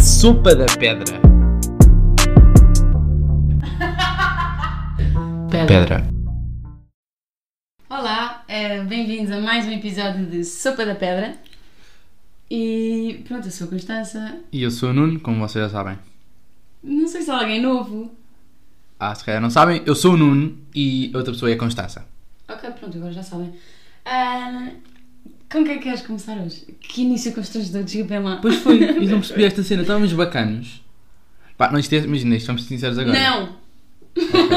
Sopa da pedra. Pedra. Olá, eh, bem-vindos a mais um episódio de Sopa da Pedra. E pronto, eu sou a Constança. E eu sou o Nuno, como vocês já sabem. Não sei se há alguém novo. Ah, se calhar não sabem, eu sou o Nuno e outra pessoa é a Constança. Ok, pronto, agora já sabem. Ah, com quem é queres começar hoje? Que início constrangedor, desculpem lá. Pois foi, eu não percebi esta cena, estávamos bacanos. Pá, não isto é, imagina, isto, estamos sinceros agora. Não!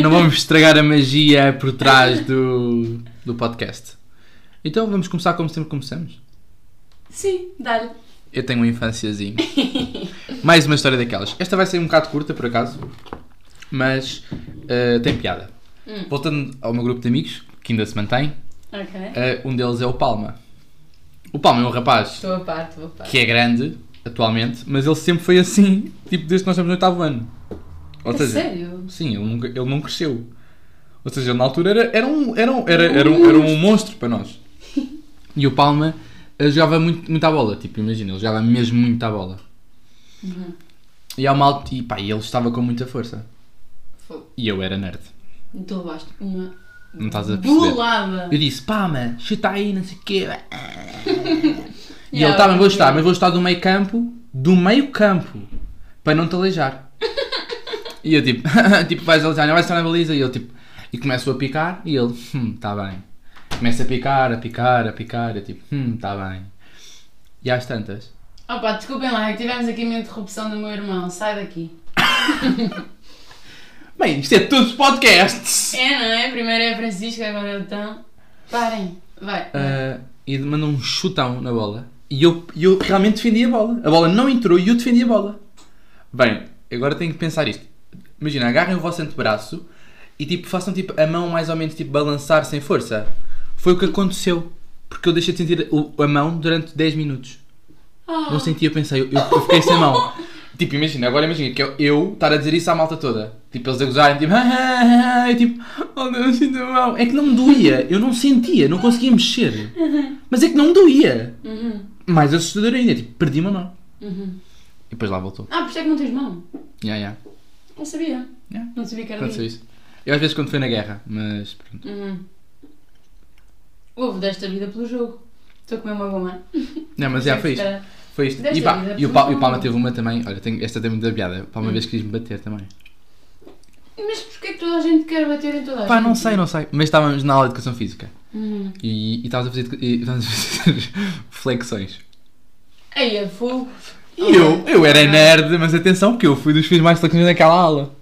Não vamos estragar a magia por trás do, do podcast. Então vamos começar como sempre começamos. Sim, dá-lhe. Eu tenho uma infânciazinha. Mais uma história daquelas. Esta vai ser um bocado curta, por acaso, mas eh, tem piada. Voltando ao meu grupo de amigos, que ainda se mantém, Ok. eh, um deles é o Palma. O Palma é um rapaz Estou a par, estou a par. que é grande, atualmente, mas ele sempre foi assim, tipo desde que nós estamos no oitavo ano. Ou A sério? Sim, ele, nunca, ele não cresceu. Ou seja, ele na altura era, era, um, era, um- era, era, um, era um monstro para nós. E o Palma eh, jogava muito, muito à bola, tipo, imagina, ele jogava mesmo muito à bola. Uhum. E, há uma, alt- e, pá, e ele estava com muita força. Fogo. E eu era nerd. Então levaste uma Não estás a perceber? bolada. Eu disse, Palma, chuta aí, não sei o quê. E Yeah, ele, tá, mas vou eu- estar, mas vou estar do meio campo, do meio campo, para não te aleijar. e eu tipo, tipo, vais aleijar, não vais estar na baliza. E ele tipo, e começo a picar, e ele, hum, tá bem. Começa a picar, a picar, a picar, eu tipo, hum, tá bem. E às tantas, Opa, desculpem lá, é que tivemos aqui uma interrupção do meu irmão. Sai daqui. bem, isto é todos podcasts. É, não é? Primeiro é a Francisca, agora é o Tão. Parem, vai. Ah, e mandou um chutão na bola. E eu, e eu realmente defendi a bola. A bola não entrou e eu defendi a bola. Bem, agora tenho que pensar isto. Imagina, agarrem o vosso antebraço e tipo, façam tipo, a mão mais ou menos tipo, balançar sem força. Foi o que aconteceu. Porque eu deixei de sentir o- a mão durante 10 minutos. Ah. Não senti, eu pensei, eu, eu fiquei sem mão. Tipo, imagina, agora imagina que eu, eu estar a dizer isso à malta toda. Tipo, eles a gozarem, tipo, ah, ah, ah", e tipo, oh não, eu sinto a mão. É que não me doía, eu não sentia, não conseguia mexer. Mas é que não me doía. Uhum, Mais assustador ainda, tipo, perdi uma mão. uhum. E depois lá voltou. Ah, por isso é que não tens mão? Yeah, yeah. Não sabia. Yeah. Não sabia que era Aconteceu disso. isso. Eu às vezes quando foi na guerra, mas pronto. Uhum. Houve desta vida pelo jogo. Estou a comer uma goma. Não, mas já foi isto. Era- Foi isto. Desta E, pá, vida, Hum. e, o Pal- e o não. Palma teve uma também. Olha, tenho- esta tem muita piada. O Palma uma vez quis me bater também. Mas porquê que toda a gente quer bater em toda a Pá, gente? não sei, não sei. Mas estávamos na aula de educação física. Uhum. E e estavas a fazer, e estavas a fazer flexões. Ei, é fogo. E eu, eu era nerd, mas atenção, que eu fui dos que fiz mais flexões naquela aula.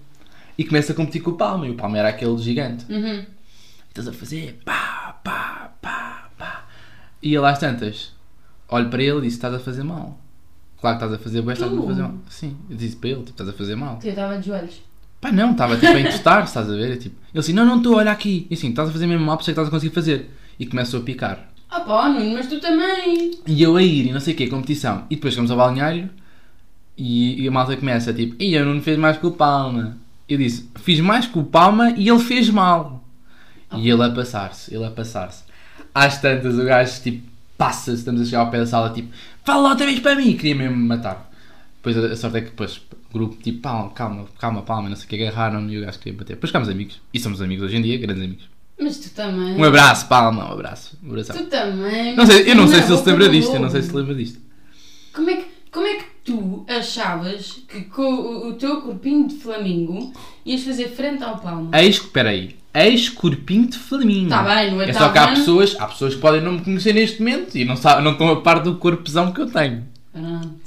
E começo a competir com o Palma, e o Palma era aquele gigante. Uhum. Estás a fazer pá, pá, pá, pá. E ele às tantas, olho para ele e disse: Estás a fazer mal. Claro que estás a fazer bem, estás a Tu? fazer mal. Sim, eu disse para ele: tipo, Estás a fazer mal. Eu estava de joelhos. Pá, não, estava tipo a encostar, estás a ver? Eu, tipo, ele assim: Não, não estou, olha aqui. E assim: Estás a fazer mesmo mal, por isso é que estás a conseguir fazer. E começou a picar. Ah pá, Nuno, mas tu também. E eu a ir e não sei o que, competição. E depois chegamos ao balneário e, e a malta começa tipo, e eu não fez mais que o Palma. Eu disse, fiz mais que o Palma e ele fez mal. E ele a passar-se, ele a passar-se. Às tantas o gajo tipo, passa-se, estamos a chegar ao pé da sala tipo, fala outra vez para mim, queria mesmo me matar. Depois a, a sorte é que depois o grupo tipo, palma, calma, calma, palma, não sei o que, agarraram e o gajo queria me bater. Depois ficámos amigos. E somos amigos hoje em dia, grandes amigos. Mas tu também. Um abraço, palma, um abraço. Um abraço. Tu é também. Não sei, eu não sei se ele vou se lembra comer disto, eu não ovo. sei se se lembra disto. Como é que, como é que tu achavas que com o, o teu corpinho de flamingo ias fazer frente ao palmo? Ex, peraí, ex-corpinho de Flamingo. Tá bem, no É oitavo só que há ano. pessoas, há pessoas que podem não me conhecer neste momento e não, sabem, não estão a par do corpozão que eu tenho. Pronto.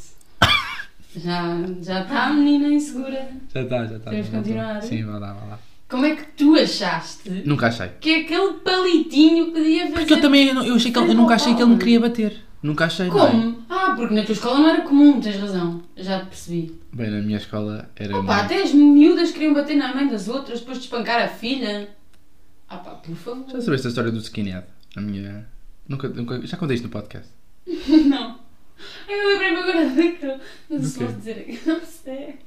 Já já está a menina insegura. Já está, já está. Podemos já está. continuar? Sim, vai lá, vai lá. Como é que tu achaste Nunca achei. que aquele palitinho podia fazer? Porque eu também, eu, não- eu achei que ele- eu nunca achei que ele me queria bater. Nunca achei, não é? Como? Ah, porque na tua escola não era comum, tens razão. Já te percebi. Bem, na minha escola era... Opa, muito- até as miúdas queriam bater na mãe das outras depois de espancar a filha. Ah pá, por favor. Já sabeste a história do skinhead? A minha... Nunca, nunca... Já contei isto no podcast. Não. Ai, Eu lembrei-me agora daquilo. Não Do se posso quê? dizer aqui. Não sei.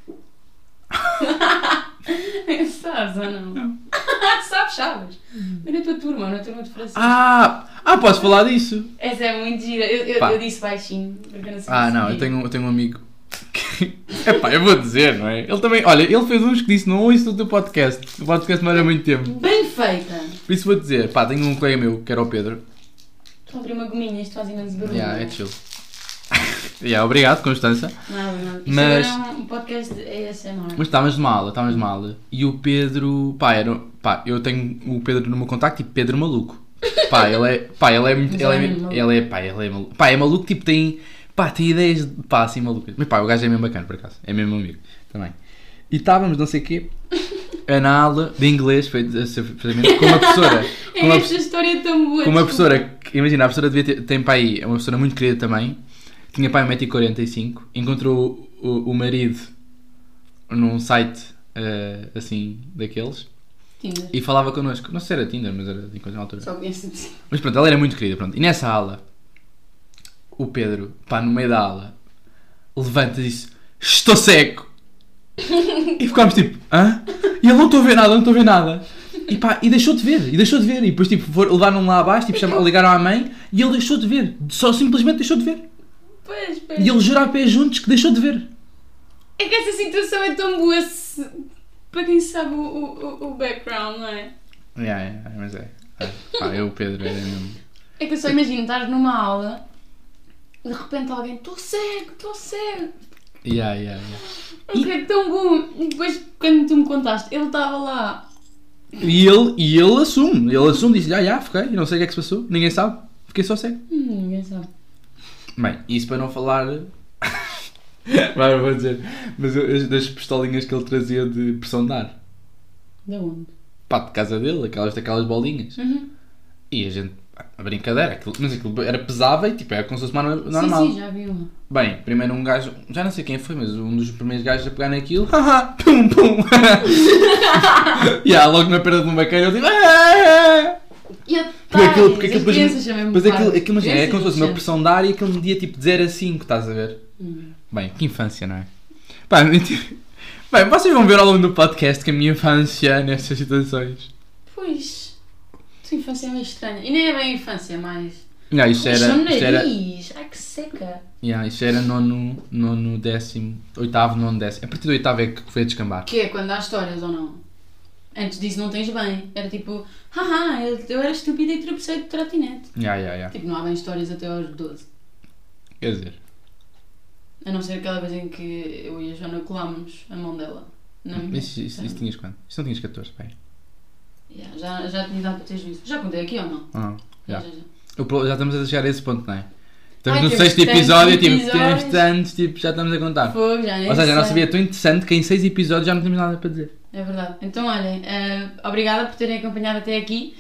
Sabes ou não? Sabes, sabes. Mas na tua turma, na turma de francês. Ah! Ah, posso falar disso? Essa é muito gira. Eu, eu, Pá. eu disse baixinho. Porque eu não sei Ah, não, conseguir. eu tenho, eu tenho um amigo que Epá, eu vou dizer, não é? Ele também, olha, ele fez uns que disse: não ouço o teu podcast. O podcast não era muito tempo. Bem feita. Por isso vou dizer: pá, tenho um colega meu que era o Pedro. Estou a abrir uma gominha, isto faz imenso barulho. Yeah, é chill. yeah, obrigado, Constança. Não, não. Isto Mas- agora é um podcast de ASMR. Mas estávamos de mala, estávamos de mala. E o Pedro, pá, era, pá, eu tenho o Pedro no meu contacto e Pedro maluco. Pá, ele é, pá, ele é, muito- Mas ele é, ele é muito- maluco. ele é, pá, ele é maluco. Pá, é maluco, tipo, tem, pá, tem ideias, de- pá, assim, malucas. Mas pá, o gajo é mesmo bacana, por acaso, é mesmo amigo, também. E estávamos, não sei o quê, na aula de inglês, foi a ser precisamente com uma professora, com É uma, esta história tão boa. Tipo, com uma desculpa. professora, que- imagina, a professora devia ter, tem pai é uma professora muito querida também, tinha pai 1,45m, encontrou o, o marido num site eh, assim, daqueles, Tinder. e falava connosco. Não sei se era Tinder, mas era de coisa na altura. Só conheço-te. Mas pronto, ela era muito querida, pronto. E nessa aula, o Pedro, pá, no meio da aula, levanta e diz: Estou seco! e ficámos tipo: Hã? E ele não estou a ver nada, não estou a ver nada. E pá, e deixou de ver, e deixou de ver. E depois, tipo, for- levaram-me lá abaixo, tipo, chama- ligaram à mãe, e ele deixou de ver. Só simplesmente deixou de ver. Pois, pois. E ele jura a pé juntos que deixou de ver. É que essa situação é tão boa se... para quem sabe o, o, o- o background, não é? É, é, é, mas é. É, Pá, eu, o Pedro, era mesmo. É que eu só imagino estar numa aula e de repente alguém, estou cego, estou cego. Yeah, yeah, yeah. O que é tão bom. E depois, quando tu me contaste, ele estava lá. E ele, e ele assume, ele assume, diz: Já, já, fiquei, não sei o que é que se passou, ninguém sabe, fiquei só seco. Hum, ninguém sabe. Bem, isso para não falar. Vai, vou dizer. Mas eu- eu- das pistolinhas que ele trazia de pressão de ar. Da onde? Pá, de casa dele, aquelas daquelas bolinhas. Uhum. E a gente. A brincadeira, aquilo- mas aquilo era pesava e tipo, era como se fosse uma arma normal. Sim, sim, já vi uma. Bem, primeiro um gajo, já não sei quem foi, mas um dos primeiros gajos a pegar naquilo, haha, pum pum. e há logo na perda de um bacana, eu digo, "Ah!" E Porque atrás, aquilo, porque aquilo as depois- crianças um chamam-me Mas aquilo, parvo. aquilo imagina, é Crianças como se fosse uma chamam. pressão de ar e aquilo media tipo de 0 a 5, estás a ver? Hum. Bem, que infância, não é? Pá, mentira. Bem, vocês vão ver ao longo do podcast que a minha infância é nestas situações. Pois. Tua infância é meio estranha. E nem é bem infância, mas. Não, isto era. Puxa, o Isto era, nariz. Ai que seca. yeah, isto era nono, nono, décimo, oitavo, nono, décimo. A partir do oitavo é que foi a descambar. Que é quando há histórias ou não? Antes disso não tens bem. Era tipo, haha, eu, eu era estúpida e tropecei de trotinete. Yeah, yeah, yeah. Tipo, não há bem histórias até aos 12. Quer dizer, A não ser aquela vez em que eu e a Joana colámos a mão dela. Na minha. isso, isso, isso tinhas quando? Isso não tinhas 14, bem. Yeah, já, já tinha dado para ter juízo. Já contei aqui ou não? Ah, já. Já, já, já. O pro- já estamos a chegar a esse ponto, não é? Estamos Ai, no temos sexto tantos episódio, tipo, episódios. temos tantos, tipo, já estamos a contar. Fogo, já nem Ou seja, a nossa sei. vida é tão interessante que em seis episódios já não temos nada para dizer. É verdade. Então, olhem, ah, obrigada por terem acompanhado até aqui.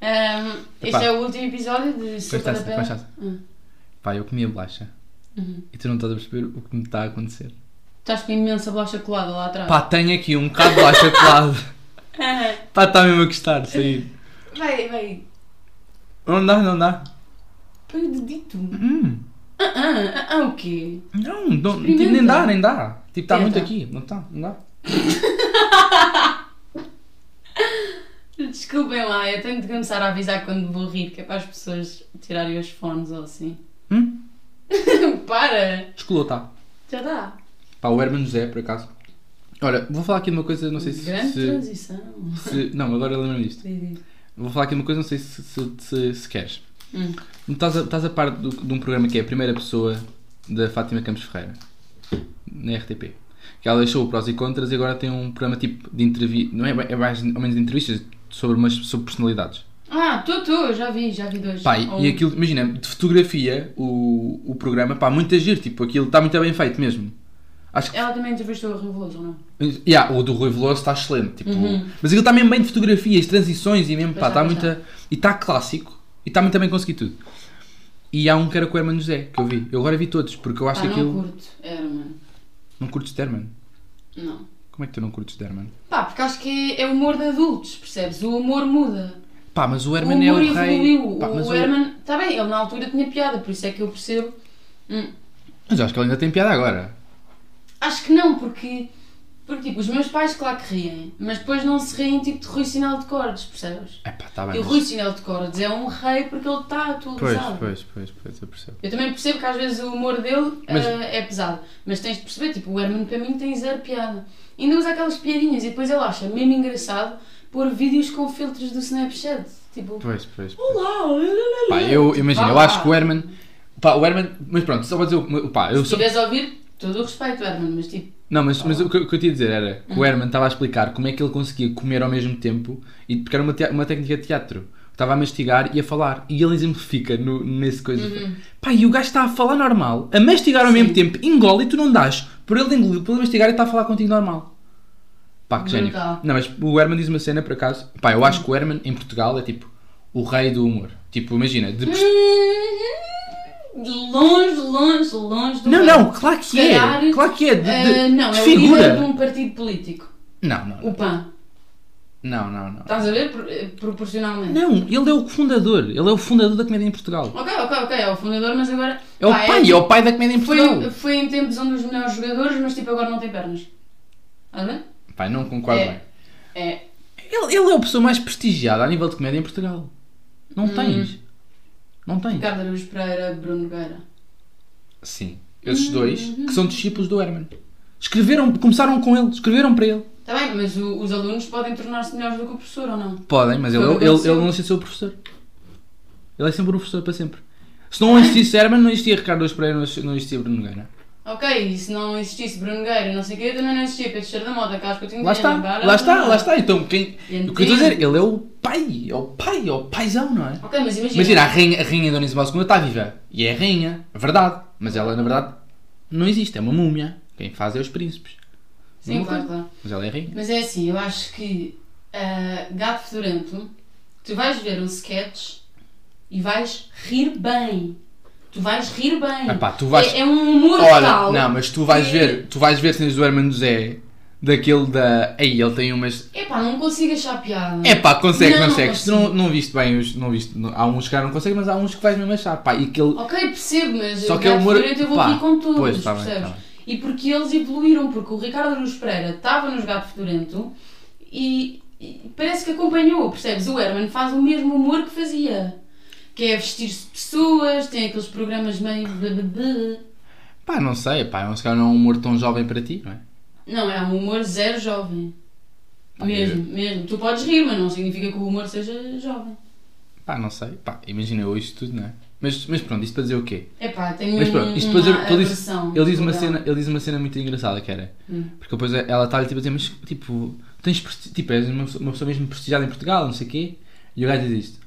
Ah, Epá. este é o último episódio de Sopa da Constança, Pedra. Constança. Pá, eu comi a bolacha Uhum. e tu não estás a perceber o que me está a acontecer. Estás com imensa bolacha colada lá atrás. Pá, tenho aqui um bocado de bolacha colado. Ah, Pá, está mesmo a gostar de sair. vai, vai. Não dá, não dá. Põe o dedito. Hum, Ah, ah, ah, ah, o quê? não, não tipo, Experimenta. nem dá, nem dá. Tipo, está Tenta. muito aqui. Não está, não dá. Desculpem lá, eu tenho de começar a avisar quando vou rir, que é para as pessoas tirarem os fones ou assim. Hum? para! Descolou, tá. Já dá. Pá, o Herman José, por acaso. Olha, vou falar aqui de uma coisa, não sei se. Grande se, transição. se- não, agora lembro-me disto. Vou falar aqui de uma coisa, não sei se, se, se, se queres. Hum. Não Estás a, estás a par do- de um programa que é a primeira pessoa da Fátima Campos Ferreira, na RTP. Que ela deixou o prós e contras e agora tem um programa tipo de entrevista, não é, bem- é mais ou menos de entrevistas sobre, umas, sobre personalidades. Ah, tu, tu, já vi, já vi dois. Pai, Ou e um. aquilo, imagina, de fotografia, o, o programa, pá, muito agir, tipo, aquilo está muito bem feito mesmo. Acho que. Ela também entrevistou a Revolução, não? Yeah, o do Rui Veloso está excelente, tipo. Uhum. Mas aquilo está mesmo bem de fotografias, transições e mesmo, pá, Pois está, está pois muito. a- E está clássico e está muito bem conseguido tudo. E há um que era com o Herman José, que eu vi. Eu agora vi todos, porque eu acho Pá, que aquilo. não curto. Era, mano. Não curtes Derman? Não. Como é que tu não curtes Derman? Pá, porque acho que é humor de adultos, percebes? O humor muda. Pá, mas o O Herman é humor o rei. evoluiu. Pá, mas, o o- Herman. Está bem, ele na altura tinha piada, por isso é que eu percebo. Hum, mas eu acho que ele ainda tem piada agora. Acho que não, porque Porque, tipo, os meus pais, claro que riem, mas depois não se riem, tipo, de Rui Sinal de Cordes, percebes? É pá, está bem. E o mas- Rui Sinal de Cordes é um rei porque ele está Pois, atualizado. pois, pois, pois, eu percebo. Eu também percebo que às vezes o humor dele Mas- eh, é pesado, mas tens de perceber, tipo, o Herman para mim tem zero piada. Ainda usa aquelas piadinhas e depois ele acha mesmo engraçado pôr vídeos com filtros do Snapchat. Tipo, Pois, pois. pois. olá, olá, olá, Pá, olá." eu imagino, Vá eu lá. acho que o Herman. Pá, o Herman. Mas pronto, só para dizer. o- Pá, eu Se só- estiveres a ouvir, todo o respeito, Herman, mas tipo, Não, mas, mas o, que, o que eu tinha a dizer era Uhum. que o Herman estava a explicar como é que ele conseguia comer ao mesmo tempo e porque era uma, tea- uma técnica de teatro. Estava a mastigar e a falar. E ele exemplifica no, nesse coisa. Uhum. Pá, e o gajo está a falar normal, a mastigar ao mesmo tempo, engole e tu não dás. Por ele engolir, por ele mastigar e está a falar contigo normal. Pá, que gênio. Brutal. Uhum. Não, mas o Herman diz uma cena por acaso. Pá, eu acho que o Herman em Portugal é tipo o rei do humor. Tipo, imagina, Hum, de pers- de longe, longe, longe do Não, bem. não, claro que é. Se calhar, é. Claro que é. De, de- Ah, não, de é o figura. líder de um partido político, Não, não, o PAN. não, não, não. Estás a ver? Pro- eh, Proporcionalmente. Não, ele é o fundador. Ele é o fundador da comédia em Portugal. Ok, ok, ok, é o fundador, mas agora. É o Pá, pai, é o pai da comédia em Ah, Foi, Portugal. foi em tempos um dos melhores jogadores, mas tipo agora não tem pernas. Estás a ver? Pai, não concordo É. bem. É. Ele, ele é a pessoa mais prestigiada a nível de comédia em Portugal. Não Hum. tens. Não tens. Ricardo Araújo Pereira, Bruno Nogueira. Sim. Hum. Esses dois, que são discípulos do Herman. Escreveram, começaram com ele, escreveram para ele. Está Tá bem, mas o- os alunos podem tornar-se melhores do que o professor ou não? Podem, mas ele, Foi o ele, que ele aconteceu. não deixa de ser o professor. Ele é sempre o professor, para sempre. Se não existisse Herman, não existia Ricardo Luís Pereira, não existia- não existia Bruno Nogueira. Ok, e se não existisse Bruno Nogueira e não sei o quê, eu também não existia Pedro Cheiro da Mota, Carlos Coutinho Lá Vilhena, está, Barra, lá está, Bruno lá está. Então, quem, o que eu estou a Entendo. dizer, ele é o pai, é o pai, é o paizão, não é? Nogueira. Ok, mas imagina. Imagina, a rainha, a rainha Dona Isabel II está viva. E é a rainha, é verdade. Mas ela, na verdade, não existe. É uma múmia. Quem faz é os príncipes. Sim, Uma claro, coisa. claro. Mas ela é a rainha. Mas é assim, eu acho que ah, Gato Fedorento, tu vais ver um sketch e vais rir bem. Tu vais rir bem. Epá, tu vais- É, é um humor Olha, tal. não, mas tu vais que- ver, tu vais ver cenas do Herman José, daquele da. Aí ele tem umas. Epá, não consigo achar piada. É pá, consegue, Não, não consegue. Se tu não, consigo. não viste bem, os- não viste, não- há uns que já não conseguem, mas há uns que vais mesmo achar. Pá, e aquele. Ok, percebo, mas Só Só que é humor- eu vou pá, aqui com todos, pois, tá bem, percebes? tá bem. E porque eles evoluíram, porque o Ricardo Aruz Pereira estava nos Gato Fedorento e, e parece que acompanhou, percebes? O Herman faz o mesmo humor que fazia. Que é vestir-se de pessoas, tem aqueles programas meio... blá, blá, blá. Pá, não sei, pá, se calhar não é um humor tão jovem para ti, não é? Não, é um humor zero jovem. Pá, mesmo, mesmo. Tu podes rir, mas não significa que o humor seja jovem. Pá, não sei, pá, imagina eu isto tudo, não é? Mas, mas pronto, isto para dizer o quê? Epá, tenho Mas pronto, um- isto depois uma ele, ele diz, aversão ele diz uma total. cena, ele diz uma cena muito engraçada que era. Hum. Porque depois ela está-lhe tipo a dizer, mas tipo, tens presti- tipo, és uma, pessoa- uma pessoa mesmo prestigiada em Portugal, não sei o quê. E o gajo diz isto: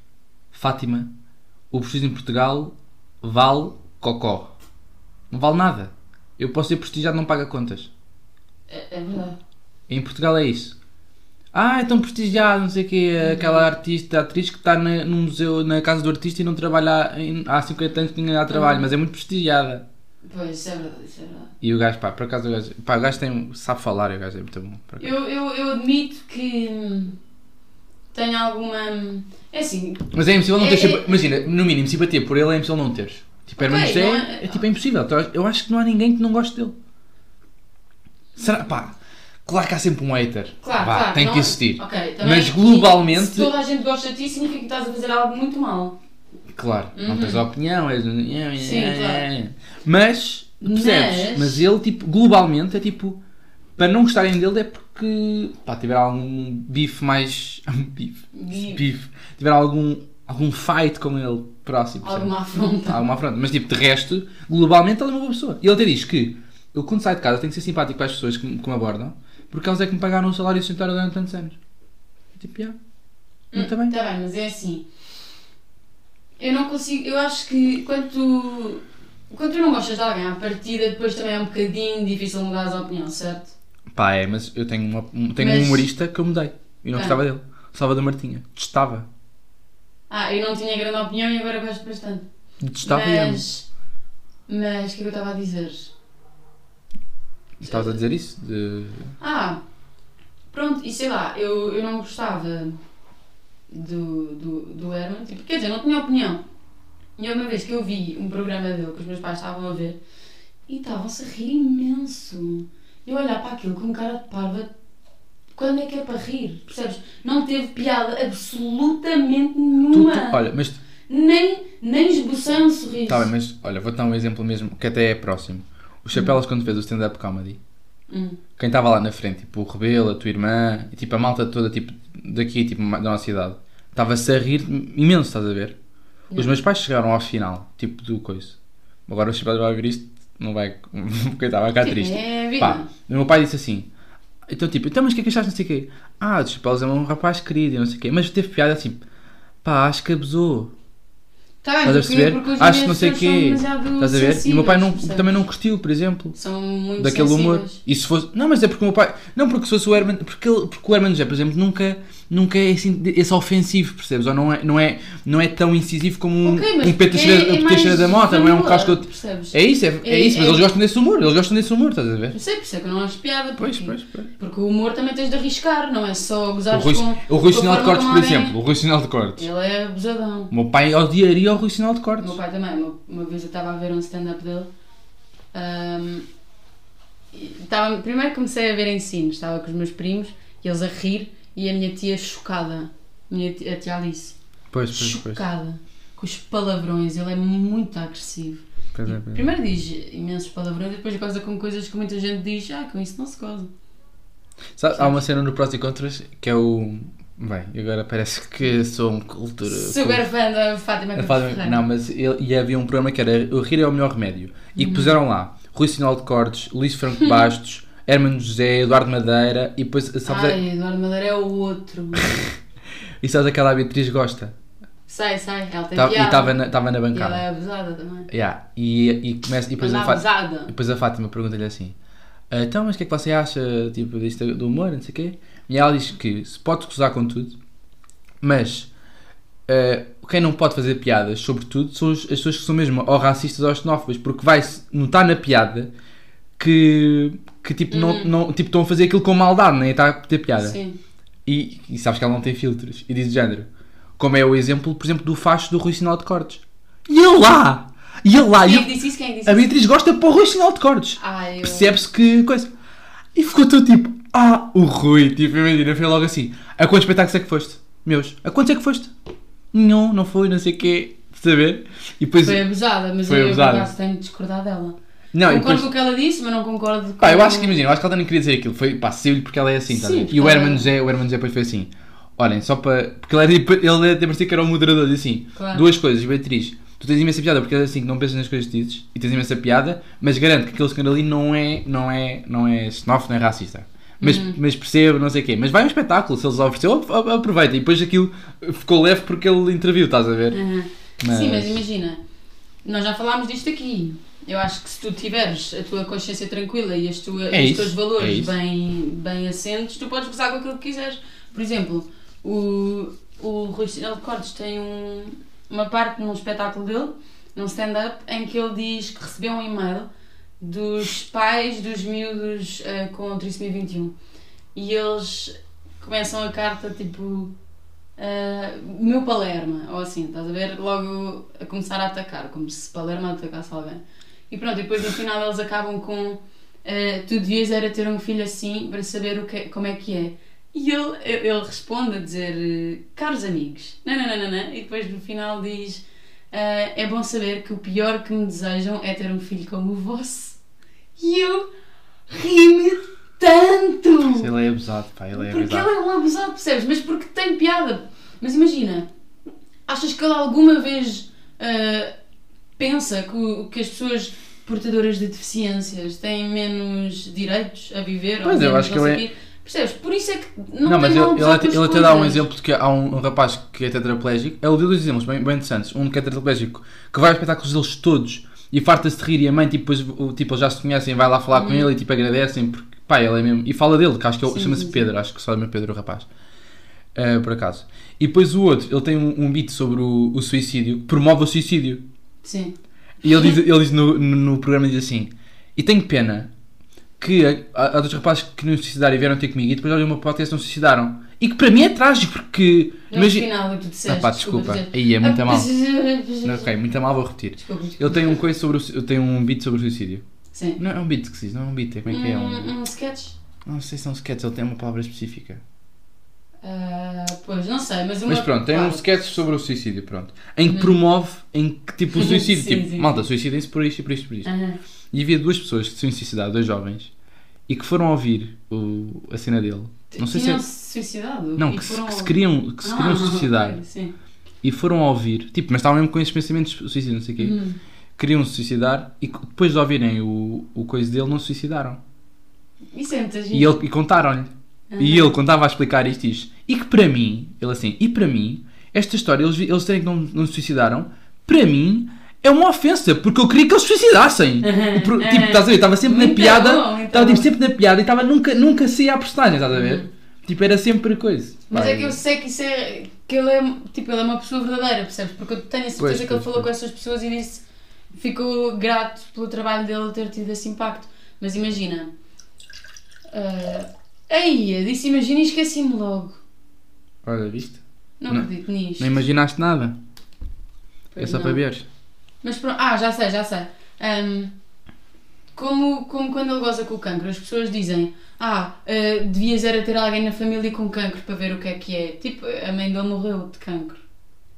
Fátima, o prestígio em Portugal vale cocó. Não vale nada. Eu posso ser prestigiado, não paga contas. É, é verdade. Em Portugal é isso. Ah, é tão prestigiado, não sei o quê, Uhum. aquela artista, atriz que está na- no museu, na casa do artista e não trabalha há, em- há 50 anos que ninguém dá trabalho, Uhum. mas é muito prestigiada. Pois, isso é verdade, isso é verdade. E o gajo, pá, por acaso o gajo, pá, o gajo tem, sabe falar, o gajo é muito bom. por acaso. Eu, eu, eu admito que hum, tenho alguma. É assim, Mas é impossível não É- ter, é- simpa- imagina, no mínimo, simpatia por ele é impossível não teres. Tipo, Herman Ok, José não é, é- tipo, é impossível. Então, Eu acho que não há ninguém que não goste dele. Será, pá, claro que há sempre um hater. claro, Vá, claro. tem não- é- que existir. ok, também Mas que globalmente, Se toda a gente gosta de ti, significa que estás a fazer algo muito mal. claro, não tens opinião, és... um- Uhum. Sim, claro. Mas, percebes? Mas... Mas- ele, tipo, globalmente é tipo, para não gostarem dele é porque, pá, tiver algum bife mais... bife. Bife. bife. Tiver algum, algum fight com ele próximo, percebes? Alguma afronta. Há uma afronta. Mas, tipo, de resto, globalmente, ele é uma boa pessoa. E ele até diz que eu, quando saio de casa, tenho que ser simpático para as pessoas que, me- que me abordam, porque elas é que me pagaram um salário sustentável durante tantos anos. Eu, Tipo, já. Muito bem. Está bem, mas é assim. Eu não consigo. Eu acho que quando tu. Quando tu não gostas de alguém à partida, depois também é um bocadinho difícil mudar a opinião, certo? Pá, é, mas eu tenho, uma- um- tenho um Mas- humorista que eu mudei. E não Ah. gostava dele. Salvador Martinha. Detestava. Ah, eu não tinha grande opinião e agora gosto bastante. Detestava ele. mas. Mas o que é que eu estava a dizer? Estavas a dizer isso? De... Ah, pronto, e sei lá, eu, eu não gostava do, do, do Herman, tipo, quer dizer, não tinha opinião. E houve uma vez que eu vi um programa dele que os meus pais estavam a ver e estavam-se a rir imenso. Eu olhar para aquilo com cara de parva, quando é que é para rir? Percebes? Não teve piada absolutamente Tu- nenhuma. tu- olha, mas Nem, nem esbocei um sorriso. Tá bem, mas olha, vou dar um exemplo mesmo que até é próximo. O Chapelas quando fez o stand-up comedy, Hum. quem estava lá na frente, tipo o Rebelo, a tua irmã, e tipo a malta toda tipo, daqui, tipo, ma- da nossa cidade, estava-se a rir imenso, estás a ver? Os meus pais chegaram ao final, tipo do coisa. Agora o Chapelas vai ouvir isto, não vai. porque estava cá Sim, triste. é a vida. Pá, o meu pai disse assim. Então, tipo, então, mas o que é que achaste? Não sei o quê. Ah, o Chapelas é um rapaz querido, e não sei o quê. Mas teve piada assim, pá, acho que abusou. Tá bem, Estás a porque- perceber? porque hoje em Acho dia que não as sei o pessoas são quê. demasiado Estás a ver? E o meu pai não, sensíveis, também não curtiu, por exemplo, São muito daquele humor. sensíveis. E se fosse. Não, mas é porque o meu pai. Não, porque se fosse o Herman. Porque, ele- porque o Herman José, por exemplo, nunca, nunca é assim, de- esse ofensivo, percebes? Ou não é, não é, não é tão incisivo como um, Ok, mas um Pedro porque Teixeira- é Pedro Teixeira mais da Mota, não é um vanilla, cascote. percebes? É isso, é, é É- isso, mas é- eles gostam desse humor, eles gostam desse humor, estás a ver? Eu sei, por isso é que eu não acho piada. Pois, porque- pois, pois. Porque o humor também tens de arriscar, não é só O gozar Rui, com o Rui com a Sinal de Cortes, forma como por alguém- exemplo. O Rui Sinal de Cortes. Ele é abusadão. O meu pai odiaria o Rui Sinal de O Cortes. meu pai também, uma, uma vez eu estava a ver um stand-up dele. ahm, e estava- primeiro comecei a ver em sinos, estava com os meus primos e eles a rir e a minha tia chocada, minha tia, a tia Alice, Pois, pois, pois. chocada com os palavrões, ele é muito agressivo. Pois é, pois é. Tipo, Primeiro diz imensos palavrões e depois goza com coisas que muita gente diz, ah, com isso não se goza. Sabe, há uma cena no Prós e Contras que é o. Bem, agora parece que sou um cultura. Super fã da Fátima A Fátima- Ferreira. Não, mas ele, e havia um programa que era O Rir é o Melhor Remédio. E Uhum. que puseram lá Rui Sinal de Cortes, Luís Franco Bastos, Hermano José, Eduardo Madeira e depois. Sabes, Ai, Eduardo Madeira é o outro. e sabes aquela Beatriz Gosta? sai, sai, ela tem Tá- e piada. estava na, tava na E ela é bancada. abusada também. Yeah, E, e, começa, e depois Mas a não Fátima. abusada. E depois a Fátima pergunta-lhe assim: "Ah, Então, mas o que é que você acha tipo, disto do humor? Não sei o quê. E ela diz que se pode gozar com tudo, mas ah, quem não pode fazer piadas, sobretudo, são os- as pessoas que são mesmo ou racistas ou xenófobas, porque vai-se notar na piada que, que tipo, não, não, tipo, estão a fazer aquilo com maldade, nem está a ter piada. Sim. E, e sabes que ela não tem filtros. E diz do género. Como é o exemplo, por exemplo, do facho do Rui Sinal de Cortes. E ele lá! E ele lá! E Quem é eu- disse isso? Quem disse a é isso? Beatriz gosta para o Rui Sinal de Cortes. Ai, eu... Percebe-se que coisa. E ficou todo tipo, ah, o Rui, tipo, imagina, foi logo assim. A quantos espetáculos é que foste? Meus, a quantos é que foste? Não, não foi, não sei o quê. de Saber? E depois. Foi abusada, mas Foi eu abusada. por acaso tenho de discordar dela. Não, e concordo depois. com o que ela disse, mas não concordo com... Pá, eu acho que imagina, eu acho que ela nem queria dizer aquilo. Foi, pá, saiu-lhe porque ela é assim, tá Hum. Sim, E o claro. Herman José, o Herman José depois foi assim. Olhem, só para. Porque ele era tipo- ele até parecia que era o moderador, disse assim. Claro. Duas coisas, Beatriz. Tu tens imensa piada porque és assim que não pensas nas coisas que dizes e tens imensa piada, mas garanto que aquele senhor ali não é, não é, não é xenófobo, não é racista. Mas, Uhum. mas percebo, não sei o quê. Mas vai a um espetáculo, se eles ofereceu, ap- ap- aproveita. E depois aquilo ficou leve porque ele interviu, estás a ver? Aham. Mas- Uhum. Sim, mas imagina, nós já falámos disto aqui. Eu acho que se tu tiveres a tua consciência tranquila e as tua, É os isso, teus é valores isso. bem, bem assentes, tu podes gozar com aquilo que quiseres. Por exemplo, o, o Rui Sinal de Cortes tem um- uma parte num espetáculo dele, num stand-up, em que ele diz que recebeu um e-mail dos pais dos miúdos eh, com trissomia 21 e eles começam a carta tipo ah, meu Palerma, ou assim, estás a ver? Logo a começar a atacar, como se Palerma atacasse alguém. E pronto, e depois no final eles acabam com ah, tu devias era ter um filho assim para saber o que, é- como é que é. E ele, ele responde a dizer caros amigos, não, não, não, não, não. e depois no final diz ah, é bom saber que o pior que me desejam é ter um filho como o vosso. E eu ri-me tanto! Ele é abusado, pá, ele é Porque abusado. ele é um abusado, percebes? Mas porque tem piada. Mas imagina, achas que ele alguma vez ah, pensa que, o- que as pessoas portadoras de deficiências têm menos direitos a viver? ou Pois, eu menos acho que não sei ele o quê? Percebes? Por isso é que não, Não, tem mas mal ele, ele, abusar até, com as ele até dá um coisas. exemplo de que há um, um rapaz que é tetraplégico. Ele deu dois exemplos bem, bem interessantes. Um que é tetraplégico que vai aos espetáculos deles todos e farta-se de rir e a mãe, tipo, depois, o- tipo, eles já se conhecem, vai lá falar com ele e tipo agradecem porque, pá, ele é mesmo. E fala dele, que acho que é o- Hum. Sim, chama-se sim, sim. Pedro, acho que só é o meu Pedro o rapaz. Eh, por acaso. E depois o outro, ele tem um, um beat sobre o, o suicídio, que promove o suicídio. Sim. E ele diz, ele diz no, no, no programa diz assim: E tenho pena que a- há dois rapazes que não se suicidaram e vieram ter comigo e depois olham o meu podcast e não se suicidaram. E que para mim é trágico porque. No Imagina. final, o que tu disseste. Ah pá, desculpa. Aí é Ah, muito mal. Desculpa, Ok, muito mal, vou repetir. desculpa. Ele tem um coisa sobre o, su- eu tenho um beat sobre o suicídio. Sim. Não é um beat que se diz, não é um beat, é como é que é? Um... Um, um sketch? Não sei se são sketches, ele tem uma palavra específica. Ah, pois, não sei, mas uma. Mas pronto, tem um claro. sketch sobre o suicídio, pronto. Em que promove, em que tipo o suicídio, Sim, tipo, sim. malta, suicidem-se por isto e por isto e por isto. Aham. E havia duas pessoas que se tinham suicidado, dois jovens, e que foram ouvir o, a cena dele. Não sei se é. Tinham-se suicidado? Não, E que, se- foram- que se queriam, que se queriam Ah, suicidar. ok, Sim. E foram ouvir, tipo, mas estavam mesmo com esses pensamentos de suicídio, não sei o quê. Hum. Queriam se suicidar e co- depois de ouvirem o, o coisa dele, não se suicidaram. Isso é muita gente. E, ele- e contaram-lhe. E Aham. ele, quando estava a explicar isto, diz: E que para mim, ele assim, e para mim, esta história, eles, vi- eles terem que não, não se suicidaram, para mim é uma ofensa, porque eu queria que eles se suicidassem. Aham, O pro- aham. tipo, estás a ver? Estava sempre na Muito piada, bom, muito estava tipo, bom. Uhum. sempre na piada e estava nunca, nunca saía a personagem, estás a ver? Tipo, era sempre coisa. Mas Pá, é que eu sei que isso é. que ele é, tipo, ele é uma pessoa verdadeira, percebes? Porque eu tenho a certeza Pois, que ele pois, falou pois. com essas pessoas e disse. ficou grato pelo trabalho dele ter tido esse impacto. Mas imagina. ah, aí, eu disse imagina e esqueci-me logo. Olha, viste? Não, Não. acredito nisto. Não imaginaste nada. Pois é só não. para veres. Mas pronto, ah, já sei, já sei. Ahm, como, como quando ele goza com o cancro, as pessoas dizem: Ah, ah, devias era ter alguém na família com cancro para ver o que é que é. Tipo, a mãe dele morreu de cancro.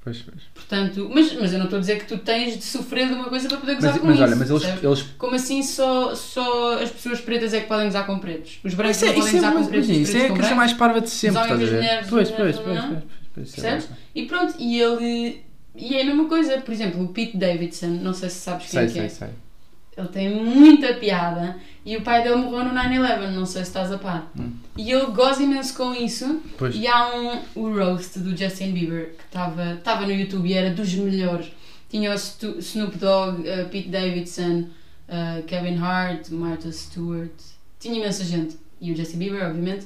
Pois, pois. Portanto, mas, mas eu não estou a dizer que tu tens de sofrer de uma coisa para poder gozar Mas, com mas isso. olha, mas eles. percebes? eles Como assim só, só as pessoas pretas é que podem gozar com pretos? Os brancos isso é, não podem isso é, gozar com mas, pretos, imagina, os isso é a pretos com coisa brancos? mais parva de sempre, Os estás a homens, as ver? mulheres, Pois, não, pois, não, pois, não. pois, pois, isso é Percebes? bom. E pronto, e ele... E é a mesma coisa, por exemplo, o Pete Davidson, não sei se sabes quem Sei, é que é. sei, sei. Ele tem muita piada. E o pai dele morreu no 9-11, não sei se estás a par. E ele goza imenso com isso. Pois. E há um, o roast do Justin Bieber que estava estava no YouTube e era dos melhores. Tinha o Stu- Snoop Dogg, eh, Pete Davidson, eh, Kevin Hart, Martha Stewart. Tinha imensa gente. E o Justin Bieber, obviamente.